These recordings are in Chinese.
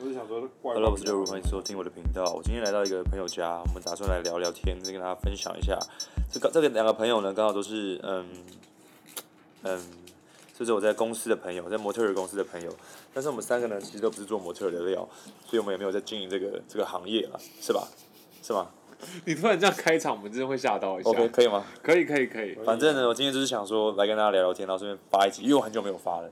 我就想说怪 Hello，我是刘如，欢迎收听我的频道。我今天来到一个朋友家，我们打算来聊聊天，再跟大家分享一下。这个这个两个朋友呢，刚好都是嗯嗯，就是我在公司的朋友，在模特儿公司的朋友。但是我们三个呢，其实都不是做模特儿的料，所以我们也没有在经营这个这个行业了，是吧？是吗你突然这样开场，我们真的会吓到一下。 ？OK，可以啊吗？可以，可以，可以。反正呢，我今天就是想说来跟大家聊聊天，然后顺便发一集，因为我很久没有发了。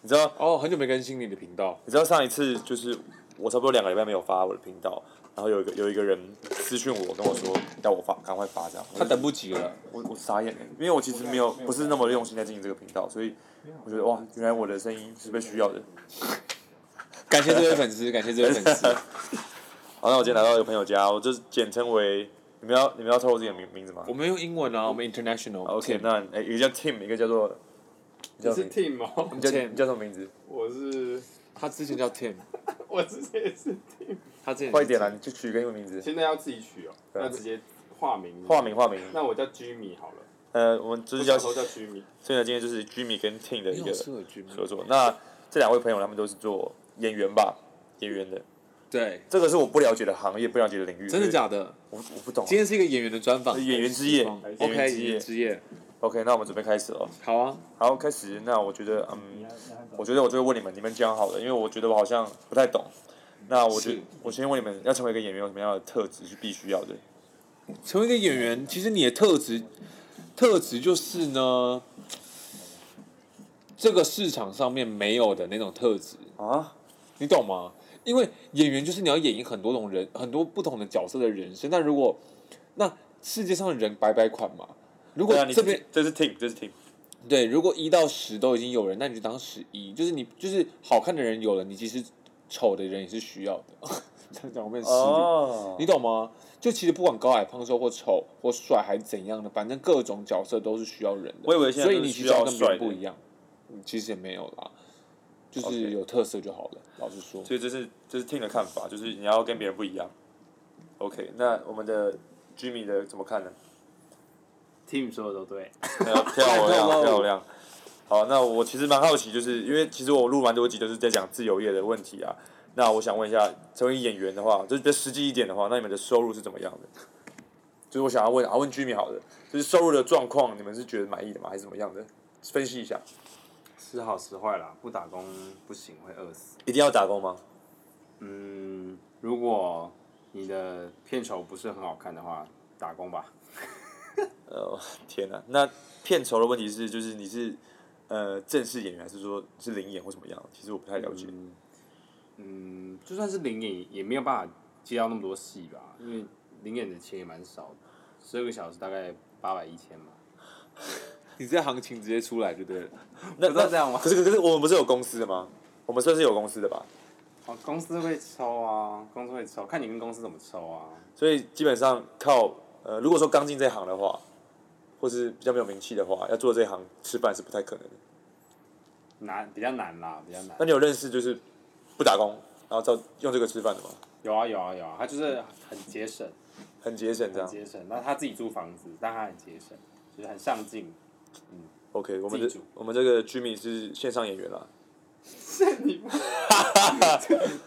你知道哦，很久没更新你的频道，你知道上一次就是我差不多两个礼拜没有发我的频道，然后有一个有一个人私讯我跟我说要我发，赶快发这样。我他等不及了。我我傻眼了，因为我其实没有不是那么用心在经营这个频道，所以我觉得哇，原来我的声音是被需要的。感谢这位粉丝，感谢这位粉 丝。 好，那我今天来到一个朋友家，我就是简称为你们要你们要透露自己的名名字吗我们用英文啊，我们 international。 ？OK，那哎、一个叫 Tim，一个叫做你叫你什是 Tim 么哦， 你叫 Tim 你叫什么名字？我是 他之前叫 Tim，我之前也是 Tim，他之前快一点啦，你就取一个英文名字，现在要自己取哦， 对啊那直接化名。化名化名。那我叫 Jimmy 好了，呃，我们就我是叫，小时所候叫 Jimmy，以呢，今天就是 Jimmy 跟 Tim 的你一有个社群合作。那这两位朋友他们都是做演员吧，演员的，对，这个是我不了解的行业，不了解的领域。真的所以假的？我我不懂啊、今天是一个演员的专访，演员之夜嗯演 OK，员之夜演员之夜， OK，那我们准备开始了。好啊。好，开始。那我觉得，嗯，我觉得我就会问你们，你们讲好了，因为我觉得我好像不太懂。那我觉是我先问你们，要成为一个演员有什么样的特质是必须要的？成为一个演员，其实你的特质，特质就是呢，这个市场上面没有的那种特质。啊？你懂吗？因为演员就是你要演绎很多种人、很多不同的角色的人生。那如果那世界上的人百百款嘛，如果对啊，你这边这是 team，这是 team。对如果一到十都已经有人，那你就当十一，就是你就是好看的人有了，你其实丑的人也是需要的。 这样讲我变失礼，哦你懂吗？就其实不管高矮胖瘦或丑或帅还是怎样的，反正各种角色都是需要人的。我以为现在所以都你是其需实要要跟别帅人不的一，样，嗯其实也没有啦，就是 OK 有特色就好了。老实说，所以这是这是 team 的看法，就是你要跟别人不一样。OK，那我们的 Jimmy 的怎么看呢？ Team 说的都对， 漂漂亮漂亮。好，那我其实蛮好奇，就是因为其实我录蛮多集都是在讲自由业的问题啊。那我想问一下，成为演员的话，就是比较实际一点的话，那你们的收入是怎么样的？就是我想要问啊，问居民好的，就是收入的状况，你们是觉得满意的吗，还是怎么样的？分析一下，时好时坏啦，不打工不行，会饿死。一定要打工吗？嗯，如果你的片酬不是很好看的话，打工吧。呃，天哪、那片酬的问题是，就是你是呃正式演员，还是说是零演或怎么样？其实我不太了解。嗯嗯，就算是零演也没有办法接到那么多戏吧，因为零演的钱也蛮少的，十二个小时大概八百一千嘛。你这行情直接出来就对了。那不是那要这样吗可是可是我们不是有公司的吗？我们算是有公司的吧？哦，公司会抽啊，公司会抽，看你跟公司怎么抽啊。所以基本上靠呃，如果说刚进这行的话，或是比较没有名气的话，要做这行吃饭是不太可能的。难，比较难啦，比较难那。你有认识就是不打工，然后照用这个吃饭的吗？有啊有啊有啊，他就是很节省。很节省这很样。节省。那他自己租房子，但他很节省，就是很上进。 OK，我们的自己煮我们这个居民是线上演员啦，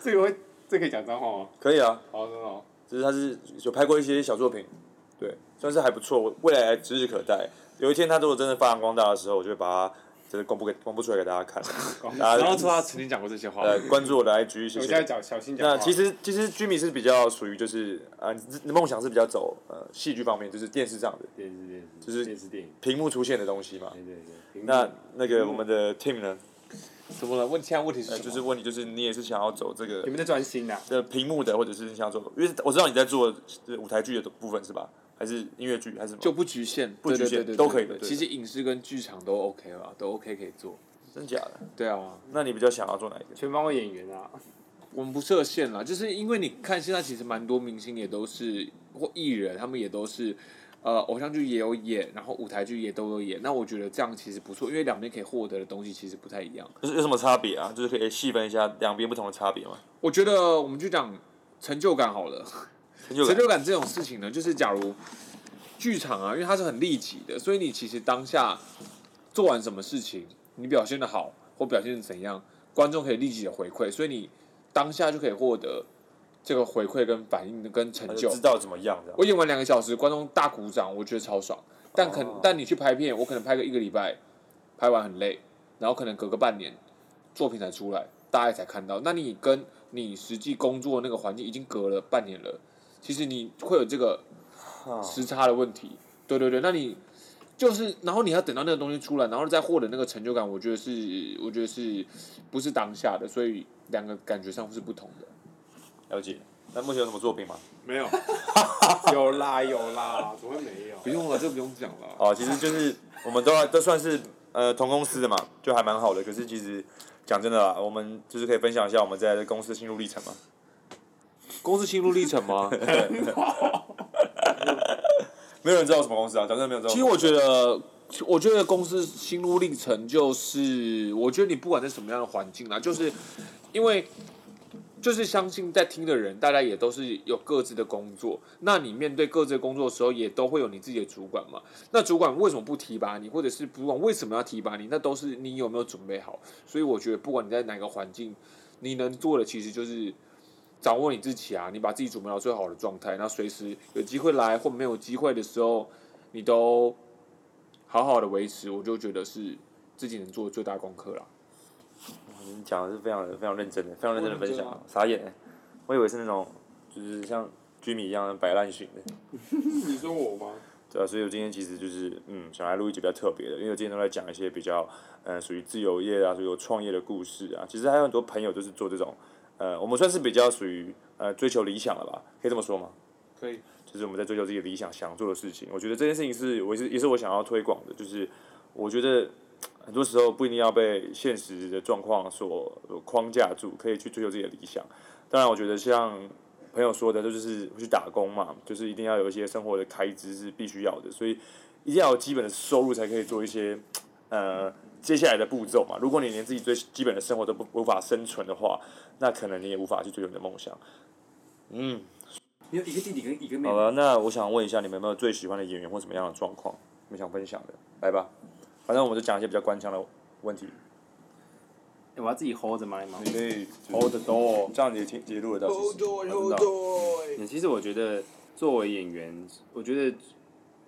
这个会，这可以讲脏话吗？可以啊，哦，真的哦。就是他是有拍过一些小作品，对，算是还不错，我未来还指日可待。有一天他如果真的发扬光大的时候，我就会把他就是公布给公布出来给大 家看，大然后家说他曾经讲过这些话，呃关注我的 IG，谢我谢。现在讲小心讲话。那其实其实 Jimmy 是比较属于就是呃，你的梦想是比较走呃戏剧方面，就是电视上的电视电视就是电视电影，屏幕出现的东西嘛。对对对。那那个我们的 Tim 呢，怎么了？问现在问题嗯是呃，什么？就是问你，就是你也是想要走这你个们在专心啊呐？呃屏幕的，或者是你想要做，因为我知道你在做呃舞台剧的部分是吧？还是音乐剧还是什么？就不局限，不局限对对对对对都可以的对对其实影视跟剧场都 OK 了，都 OK 可以做。真假的？对啊，那你比较想要做哪一个？全方位演员啊， 我们不设限啦，就是因为你看现在其实蛮多明星也都是或艺人，他们也都是。呃，偶像剧也有演，然后舞台剧也都有演。那我觉得这样其实不错，因为两边可以获得的东西其实不太一样。就是有什么差别啊？就是可以细分一下两边不同的差别嘛。我觉得我们就讲成就感好了。成就成感就感这种事情呢，就是假如剧场啊，因为它是很立即的，所以你其实当下做完什么事情，你表现的好或表现的怎样，观众可以立即的回馈，所以你当下就可以获得这个回馈跟反应跟成他就就知。道怎么样这样我。演完两个小时，观众大鼓掌，我觉得超爽。但可哦但你去拍片，我可能拍个一个礼拜，拍完很累，然后可能隔个半年作品才出来，大家才看到。那你跟你实际工作那个环境已经隔了半年了，其实你会有这个啊时差的问题。对对对，那你就是，然后你要等到那个东西出来，然后再获得那个成就感，我觉得是，我觉得是不是当下的，所以两个感觉上是不同的。了解。那目前有什么作品吗？没有，有啦有啦，怎么会没有？不用了，这不用讲了。哦，其实就是我们都都算是呃同公司的嘛，就还蛮好的。可是其实讲真的啦，我们就是可以分享一下我们在公司的心路历程嘛。公司心路历程 吗？没有人知道我什么公司啊，讲真的没有人知道。其实我觉得，我觉得公司心路历程就是，我觉得你不管在什么样的环境啦，就是因为就是相信在听的人，大家也都是有各自的工作，那你面对各自的工作的时候，也都会有你自己的主管嘛。那主管为什么不提拔你，或者是主管为什么要提拔你，那都是你有没有准备好。所以我觉得，不管你在哪个环境，你能做的其实就是。掌握你自己啊，你把自己准备到最好的状态，然后随时有机会来或没有机会的时候，你都好好的维持，我就觉得是自己能做的最大功课了。你讲的是非常的非常认真的，非常认真的分我认享，傻眼欸。我以为是那种就是像居米一样的摆烂型的。你说我吗？对啊，所以我今天其实就是嗯，想来录一集比较特别的，因为我今天都在讲一些比较嗯属于自由业啊，属于有创业的故事啊。其实还有很多朋友就是做这种，呃，我们算是比较属于呃追求理想了吧，可以这么说吗？可以。就是我们在追求自己的理想想做的事情。我觉得这件事情是我也是也是我想要推广的，就是我觉得很多时候不一定要被现实的状况所所框架住，可以去追求自己的理想。当然，我觉得像朋友说的，就是去打工嘛，就是一定要有一些生活的开支是必须要的，所以一定要有基本的收入才可以做一些呃接下来的步骤嘛。如果你连自己最基本的生活都不无法生存的话，那可能你也无法去追求你的梦想。嗯，你有一个弟弟跟一个妹好妹，了，那我想问一下，你们有没有最喜欢的演员或什么样的状况？你们想分享的，来吧。反正我们就讲一些比较官腔的问题，欸我要自己 hold 着吗？你们你可以 hold 得多，这样你也听也录得到其实。我知道嗯其实我觉得作为演员，我觉得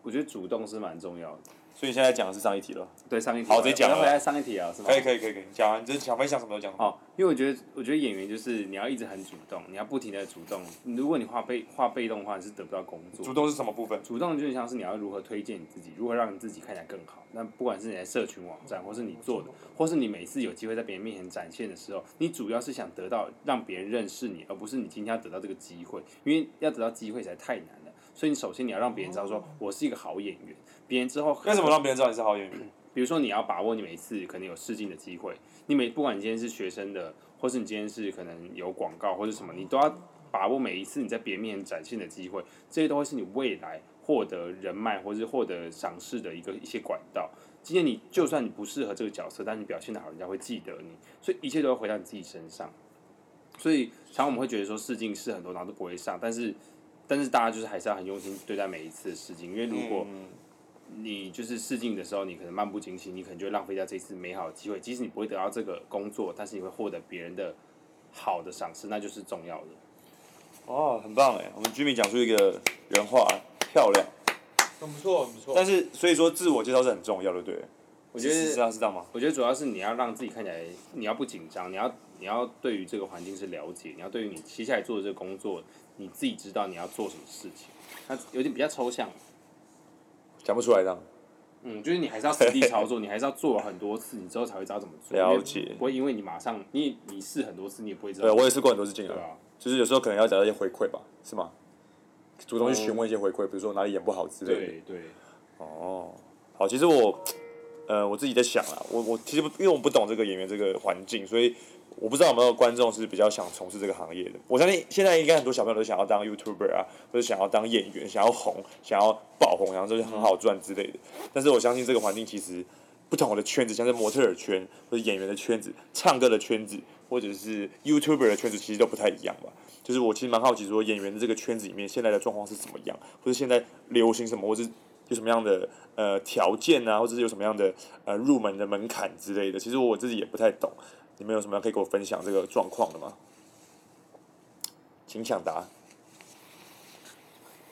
我觉得主动是蛮重要的。所以你现在讲的是上一题了。对上一题，好直接讲我要了回来上一题啊，是吗？可以可以可以可以，你讲啊，你就是想分享什么都讲。哦，因为我觉得，我觉得演员就是你要一直很主动，你要不停的主动。如果你化被化被动的话，你是得不到工作。主动是什么部分？主动就是像是你要如何推荐你自己，如何让你自己看起来更好。那不管是你在社群网站，或是你做的，或是你每次有机会在别人面前展现的时候，你主要是想得到让别人认识你，而不是你今天要得到这个机会，因为要得到机会实在太难了。所以你首先你要让别人知道说我是一个好演员，别人之后为什么让别人知道你是好演员？比如说你要把握你每一次可能有试镜的机会，你每不管你今天是学生的，或是你今天是可能有广告或者什么，你都要把握每一次你在别人面前展现的机会，这些都会是你未来获得人脉或是获得赏识的一个一些管道。今天你就算你不适合这个角色，但你表现的好，人家会记得你，所以一切都要回到你自己身上。所以常我们会觉得说试镜试很多，然后都不会上，但是但是大家就是还是要很用心对待每一次的试镜，因为如果你就是试镜的时候，你可能漫不经心，你可能就会浪费掉这次美好的机会。即使你不会得到这个工作，但是你会获得别人的好的赏识，那就是重要的。哦，很棒哎，我们 Jimmy 讲出一个人话，漂亮。很哦不错，很不错但是所以说自我介绍是很重要的，对不对？我觉得是这样，是这样吗？我觉得主要是你要让自己看起来，你要不紧张，你要你要对于这个环境是了解，你要对于你接下来做的这个工作，你自己知道你要做什么事情。那有点比较抽象，讲不出来这样。嗯，就是你还是要实地操作，你 还是要做很多次，你之后才会知道怎么做。了解因为不会因为你马上你你试很多次，你也不会知道。对，我也试过很多事情对啊。啊，就是有时候可能要得到一些回馈吧，是吗？主动去询问一些回馈，比如说哪里演不好之类的。对对，哦，好，其实我，呃，我自己在想啊，我我其实不，因为我不懂这个演员这个环境，所以我不知道有没有观众是比较想从事这个行业的。我相信现在应该很多小朋友都想要当 YouTuber 啊，或者想要当演员，想要红，想要爆红，然后就是很好赚之类的。但是我相信这个环境其实不同的圈子，像是模特儿圈或者演员的圈子、唱歌的圈子，或者是 YouTuber 的圈子，其实都不太一样吧。就是我其实蛮好奇，说演员的这个圈子里面现在的状况是怎么样，或者现在流行什么，或是有什么样的呃条件啊，或者是有什么样的呃入门的门槛之类的。其实我自己也不太懂，你们有什么可以给我分享这个状况的吗？请抢答。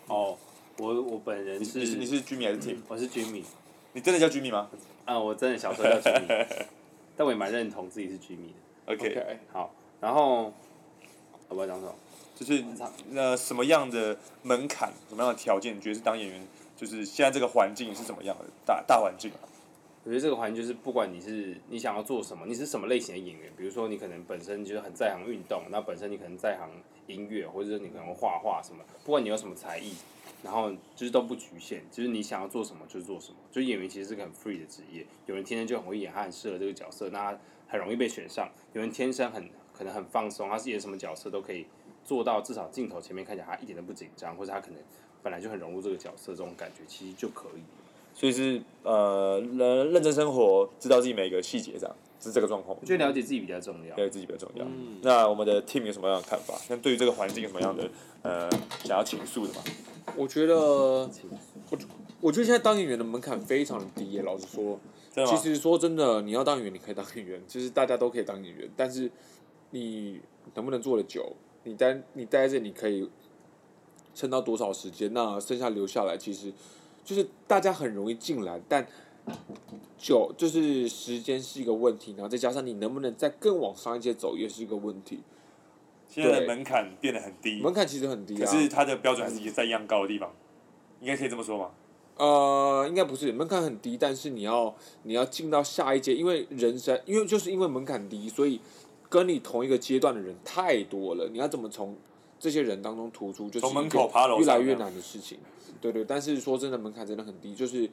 哦，我我本人你是你是你是居民还是 Tim？我是 Jimmy 你真的叫居民吗啊，我真的小时候叫 Jimmy，但我也蛮认同自己是 Jimmy 的。 ？OK， OK，好，然后我不要讲什么，就是那什么样的门槛，什么样的条件，你觉得是当演员就是现在这个环境是怎么样的大大环境啊？我觉得这个环境就是，不管你是你想要做什么，你是什么类型的演员，比如说你可能本身就是很在行运动，那本身你可能在行音乐，或者是你可能画画什么，不管你有什么才艺，然后就是都不局限，就是你想要做什么就做什么。就演员其实是个很 free 的职业，有人天生就很会演，他很适合这个角色，那他很容易被选上；有人天生很可能很放松，他是演什么角色都可以做到，至少镜头前面看起来他一点都不紧张，或者他可能本来就很融入这个角色，这种感觉其实就可以了。所以是呃认认真生活，知道自己每个细节这样，是这个状况。我觉得了解自己比较重要。对自己比较重要。嗯那我们的 team 有什么样的看法？那对于这个环境有什么样的呃想要倾诉的吗？我觉得，我我觉得现在当演员的门槛非常低耶。老实说，真的其吗？实说真的，你要当演员，你可以当演员， 就是大家都可以当演员，但是你能不能做得久？你待你待在这，你可以撑到多少时间？那剩下留下来，其实就是大家很容易进来，但久就是时间是一个问题，然后再加上你能不能再更往上一阶走，也是一个问题。现在的对门槛变得很低，门槛其实很低可啊，是它的标准还是在一样高的地方，应该可以这么说吗？呃，应该不是门槛很低，但是你要你要进到下一阶，因为人生，因为就是因为门槛低，所以跟你同一个阶段的人太多了，你要怎么从这些人当中突出，就是从门一件口爬楼越来上越这样难的事情。对对，但是说真的，门槛真的很低，就是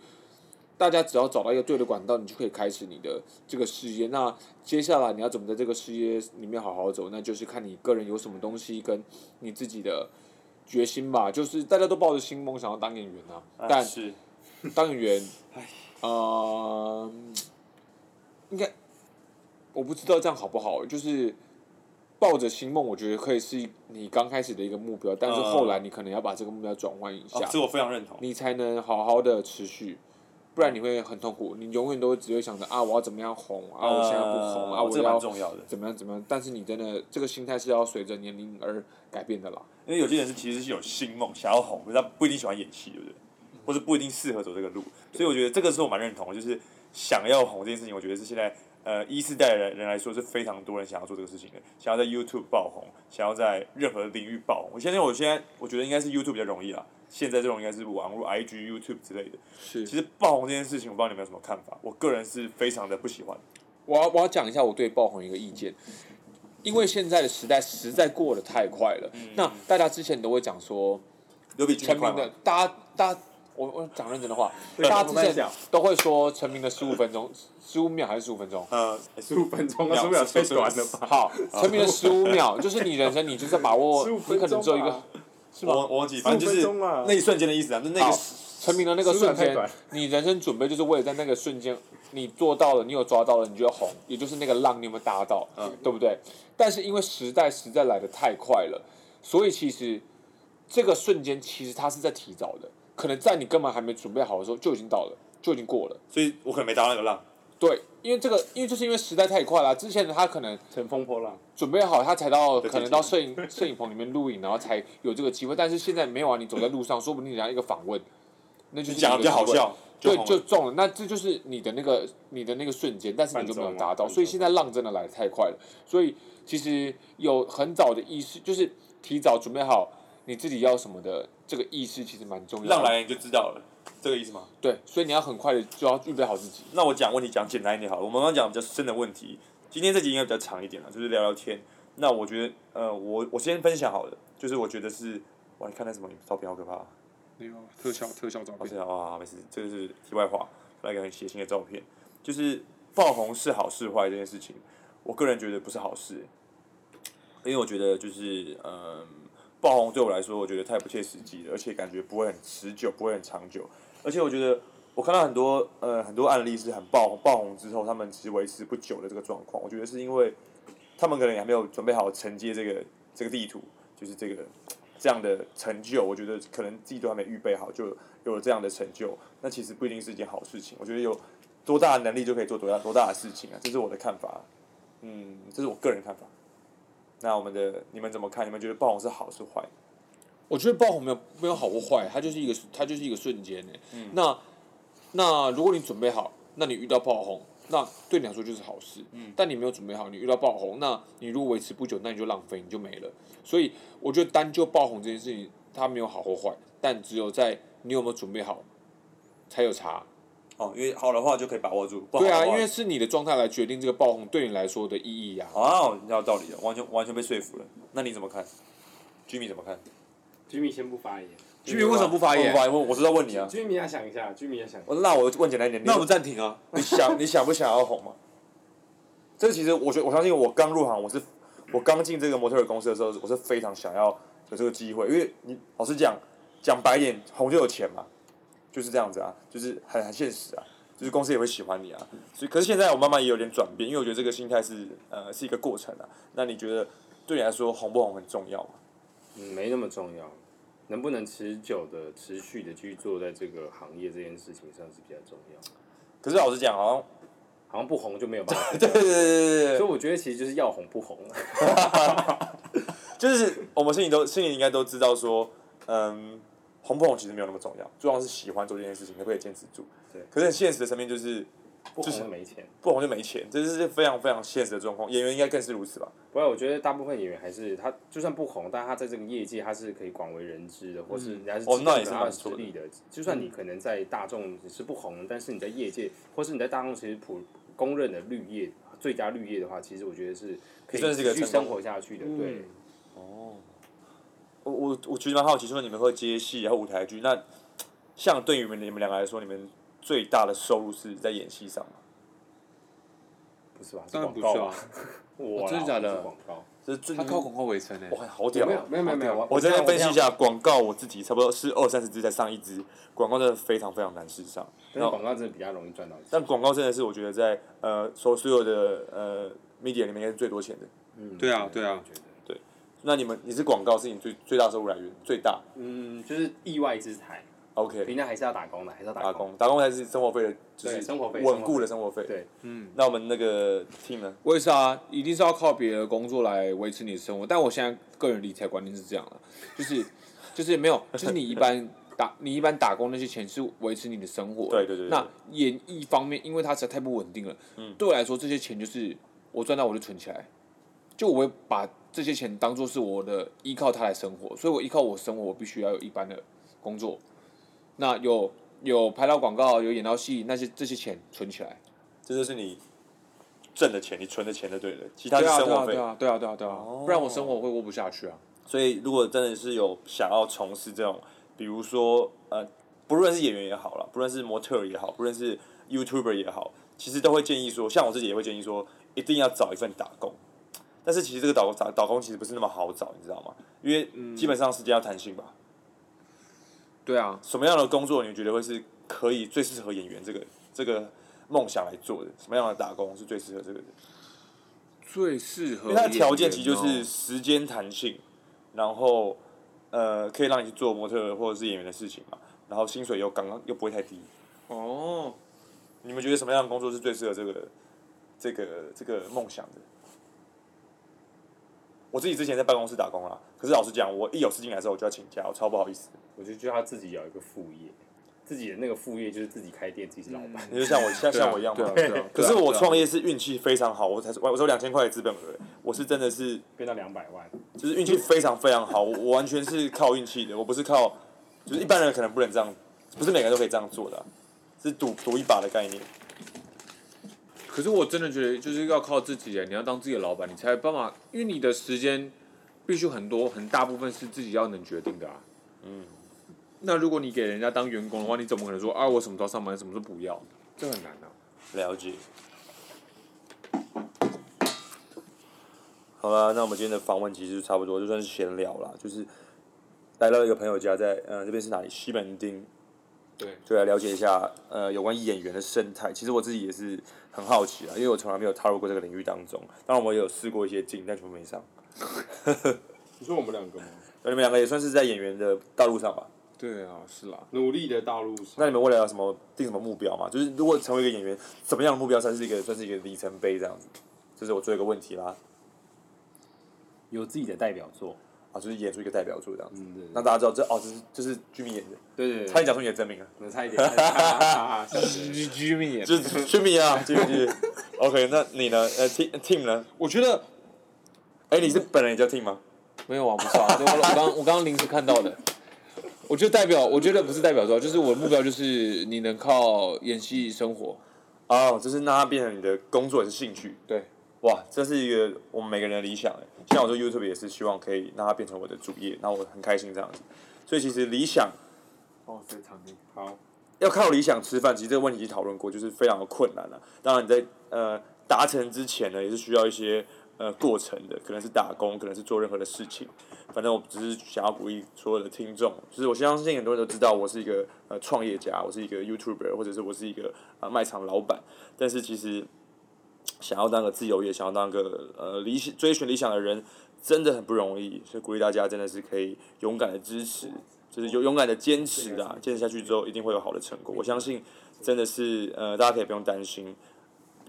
大家只要找到一个对的管道，你就可以开始你的这个事业。那接下来你要怎么在这个事业里面好好走，那就是看你个人有什么东西跟你自己的决心吧。就是大家都抱着新梦想要当演员啊，啊但是当演员，呃，应该我不知道这样好不好，就是抱着新梦，我觉得可以是你刚开始的一个目标，但是嗯后来你可能要把这个目标转换一哦下，这我非常认同。你才能好好的持续。不然你会很痛苦，你永远都只会想着啊，我要怎么样红啊，我现在不红呃啊，我这个蛮要重要的，怎么样怎么样。但是你真的这个心态是要随着年龄而改变的啦。因为有些人是其实是有新梦，想要红，可是他不一定喜欢演戏，对不对？或是不一定适合走这个路，所以我觉得这个是我蛮认同的，就是想要红这件事情，我觉得是现在呃一世代的人人来说是非常多人想要做这个事情的，想要在 YouTube 爆红，想要在任何领域爆红。我相信我现在我觉得应该是 YouTube 比较容易啦，现在这种应该是网络 IG、YouTube 之类的。是其实爆红这件事情，我不知道你们有什么看法，我个人是非常的不喜欢。我要我要讲一下我对爆红一个意见，因为现在的时代实在过得太快了。嗯那大家之前都会讲说，有比成成名的大家大家，我我讲认真的话，对大家我之们前讲都会说成名的十五分钟、十五秒还是十五分钟？呃十五分钟啊，十五秒秒太短了吧？ 好，成名的十五秒就是你人生，你就是把握， 15你啊分钟吧可能只有一个是我吗？我忘记，反正就是15分钟啊那一瞬间的意思啊，就那好个成名的那个瞬15秒太间短，你人生准备就是为了在那个瞬间，你做到了，你有抓到了，你就要红，也就是那个浪你有没有搭到，嗯对不对？但是因为时代实在来的太快了，所以其实这个瞬间其实它是在提早的，可能在你根本还没准备好的时候就已经到了，就已经过了。所以我可能没搭到那个浪。对，因为这个，因为就是因为时代太快了、啊之前他可能乘风破浪，准备好，他才到对可能到摄影摄影棚里面录影，然后才有这个机会。但是现在没有啊，你走在路上，说不定人家一个访问，那就是你讲的一比个较好机会笑，对，红就了中了。那这就是你的那个你的那个瞬间，但是你就没有达半中到，啊所以现在浪真的来得太快了。所以其实有很早的意识，就是提早准备好你自己要什么的这个意识，其实蛮重要的。浪来了你就知道了，这个意思吗？对，所以你要很快的就要预备好自己。那我讲问题讲简单一点好了，我们刚刚讲比较深的问题，今天这集应该比较长一点了，就是聊聊天。那我觉得，呃，我我先分享好了，就是我觉得是，哇，你看那什么照片好可怕、啊。没有特效特效照哦，是啊，哇，没事，这个是题外话，那个很血腥的照片，就是爆红是好是坏这件事情，我个人觉得不是好事，因为我觉得就是嗯，爆红对我来说，我觉得太不切实际了，而且感觉不会很持久，不会很长久，而且我觉得我看到很多呃很多案例是很爆红，爆红之后他们其实维持不久的这个状况，我觉得是因为他们可能也还没有准备好承接这个这个地图，就是这个这样的成就，我觉得可能自己都还没预备好，就有了这样的成就，那其实不一定是一件好事情。我觉得有多大的能力就可以做多大多大的事情啊，这是我的看法。嗯，这是我个人看法。那我们的你们怎么看？你们觉得爆红是好是坏？我觉得爆红没有没有好或坏，它就是一个它就是一个瞬间呢、欸那那如果你准备好，那你遇到爆红，那对你来说就是好事。嗯、但你没有准备好，你遇到爆红，那你如果维持不久，那你就浪费，你就没了。所以我觉得单就爆红这件事情，它没有好或坏，但只有在你有没有准备好才有差。哦，因为好的话就可以把握住，不好对的话啊，因为是你的状态来决定这个爆红对你来说的意义呀、啊。哦，你有道理了，完全完全被说服了。那你怎么看？Jimmy 怎么看居民先不发言， Jimmy 为什么不发言不发言，我我是在问你啊。居民要想一下，居民要想一下，我那我问简单一点，你那我们暂停啊。你想你想不想要红吗？这其实我觉得我相信，我刚入行，我是我刚进这个模特儿公司的时候，我是非常想要有这个机会，因为你老实讲，讲白一点，红就有钱嘛，就是这样子啊，就是很很现实啊，就是公司也会喜欢你啊。所以，可是现在我慢慢也有点转变，因为我觉得这个心态是呃是一个过程啊。那你觉得对你来说红不红很重要吗？嗯，没那么重要，能不能持久的、持续的去做在这个行业这件事情上是比较重要。可是老实讲，哦好像好像不红就没有办 法，对对对对所对，以我觉得其实就是要红不红。就是我们心里都心里应该都知道说，嗯，红不红其实没有那么重要，重要是喜欢做这件事情，可不可以坚持住。对可是很现实的层面就是不就红是就没钱。不红就没钱，这是非常非常现实的状况。演员应该更是如此吧？不然我觉得大部分演员还是他就算不红，但他在这个业界他是可以广为人知的，或是人家是哦知那道也是他蛮的不实错的嗯力的。就算你可能在大众你是不红，但是你在业界或是你在大众其实普公认的绿叶最佳绿叶的话，其实我觉得是可以算是一个继续成功生活下去嗯的。对，我我我其实蛮好奇，说你们会接戏，然后舞台剧，那像对于你们你们两个来说，你们最大的收入是在演戏上吗？不是吧？是当然广不告是啊哦吧？我啦真的假的不是广告？这是最他靠广告为生呢、哇，好屌、有啊！没有没有没有没有，我这边分析一下。下广告，我自己差不多是二三十支才上一支，广告真的非常非常难市上。但是广告真的比较容易赚到钱。但广告真的是我觉得在呃所所有的呃 media 里面应该是最多钱的。嗯对啊对啊我觉得那你们你是广告是你最最大收入来源最大嗯，就是意外之财， ？OK，平常还是要打工的，还是要打打工。工打工才是生活费的，就对是生活费稳固的生活费。对，那我们那个 team 呢？我也是啊，一定是要靠别的工作来维持你的生活。但我现在个人理财观念是这样的，就是就是没有，就是你一般打你一般打工那些钱是维持你的生活。对对嗯对对那演艺方面，因为它实在太不稳定了，对我来说这些钱就是我赚到我就存起来，就我会把这些钱当做是我的依靠它来生活，所以我依靠我生活，我必须要有一般的工作。那有有拍到广告，有演到戏，那些这些钱存起来。这就是你挣的钱，你存的钱就对了，其他是对啊生对啊活费对。啊对啊对啊对啊，不然我生活会过不下去啊。所以如果真的是有想要从事这种，比如说呃，不论是演员也好啦，不论是模特儿也好，不论是 YouTuber 也好，其实都会建议说，像我自己也会建议说，一定要找一份打工。但是其实这个打打打工其实不是那么好找，你知道吗？因为基本上时间要弹性吧。对啊，什么样的工作你觉得会是可以最适合演员这个这个梦想来做的？什么样的打工是最适合这个的？最适合因为它的条件其实就是哦时间弹性，然后呃，可以让你去做模特儿或者是演员的事情嘛，然后薪水又刚刚又不会太低。哦，你们觉得什么样的工作是最适合这个这个这个梦想的？我自己之前在办公室打工啦，可是老实讲，我一有事进来的时候我就要请假，我超不好意思。我就觉得他自己有一个副业，自己的那个副业就是自己开店，自己是老板。嗯你就像我像像我一样 对嘛啊。对啊对啊。可是我创业，业是运气非常好，我才我我有两千块的资本额，我是真的是 变到两百万，就是运气非常非常好，我我完全是靠运气的，我不是靠，就是一般人可能不能这样，不是每个人都可以这样做的啊、是赌赌一把的概念。可是我真的觉得就是要靠自己耶，你要当自己的老板，你才有办法，因为你的时间必须很多，很大部分是自己要能决定的啊。嗯，那如果你给人家当员工的话，你怎么可能说啊我什么时候上班，什么时候不要？这很难啊。了解。好啦，那我们今天的访问其实差不多，就算是闲聊啦，就是来到一个朋友家在，嗯这边是哪里？西门町。对就来了解一下呃有关演员的生态。其实我自己也是很好奇啊，因为我从来没有踏入过这个领域当中。当然我也有试过一些镜，但全部没上。你说我们两个吗？那你们两个也算是在演员的道路上吧？对啊，是啦。努力的道路上，那你们未来有什么定什么目标吗？就是如果成为一个演员，怎么样的目标才是一个算是一个里程碑这样子？这是我最后一个问题啦。有自己的代表作。啊，就是演出一个代表作这样子。嗯，对那大家知道这哦，这是这是居民演的，对对，差点讲出你的真名了，讲，差一点，差一点哈哈 哈 哈居居民也 就是居民啊，居民居民。OK，那你呢？呃，Tim Tim 呢？我觉得哎，你是本人也叫 Tim 吗？没有啊，不是啊，对我我刚我刚刚临时看到的。我觉得代表，我觉得不是代表作，就是我的目标就是你能靠演戏生活。哦，就是让它变成你的工作也是兴趣。对，哇，这是一个我们每个人的理想哎。像我做 YouTube 也是希望可以让它变成我的主业，然后我很开心这样子。所以其实理想哦，非常厉害。好，要靠理想吃饭，其实这个问题已经讨论过，就是非常的困难了、当然你在呃达成之前呢，也是需要一些呃过程的，可能是打工，可能是做任何的事情。反正我只是想要鼓励所有的听众，就是我相信很多人都知道我是一个呃创业家，我是一个 YouTuber，或者是我是一个呃卖场老板，但是其实想要当个自由业，想要当个呃理想追寻理想的人，真的很不容易，所以鼓励大家真的是可以勇敢的支持，就是有勇敢的坚持啊，坚持下去之后一定会有好的成果。我相信真的是呃，大家可以不用担心。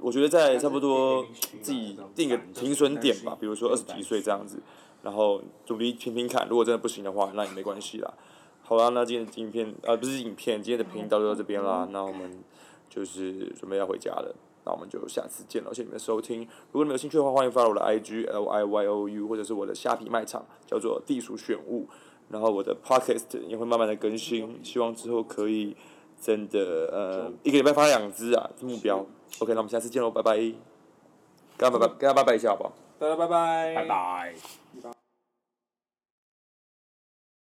我觉得在差不多自己定个停损点吧，比如说二十几岁这样子，然后努力拼拼看，如果真的不行的话，那也没关系啦。好啦，那今天的影片呃不是影片，今天的频道就到这边啦。那我们就是准备要回家了，那我们就下次见了，谢谢你们的收听。如果你们有兴趣的话，欢迎 follow 我的 IG L I Y O U，或者是我的虾皮卖场叫做地鼠选物，然后我的 Podcast 也会慢慢的更新，希望之后可以真的呃一个礼拜发两只啊，是目标。OK，那我们下次见喽，拜拜。跟他拜拜，跟他拜拜一下好不好？大家拜拜，拜拜。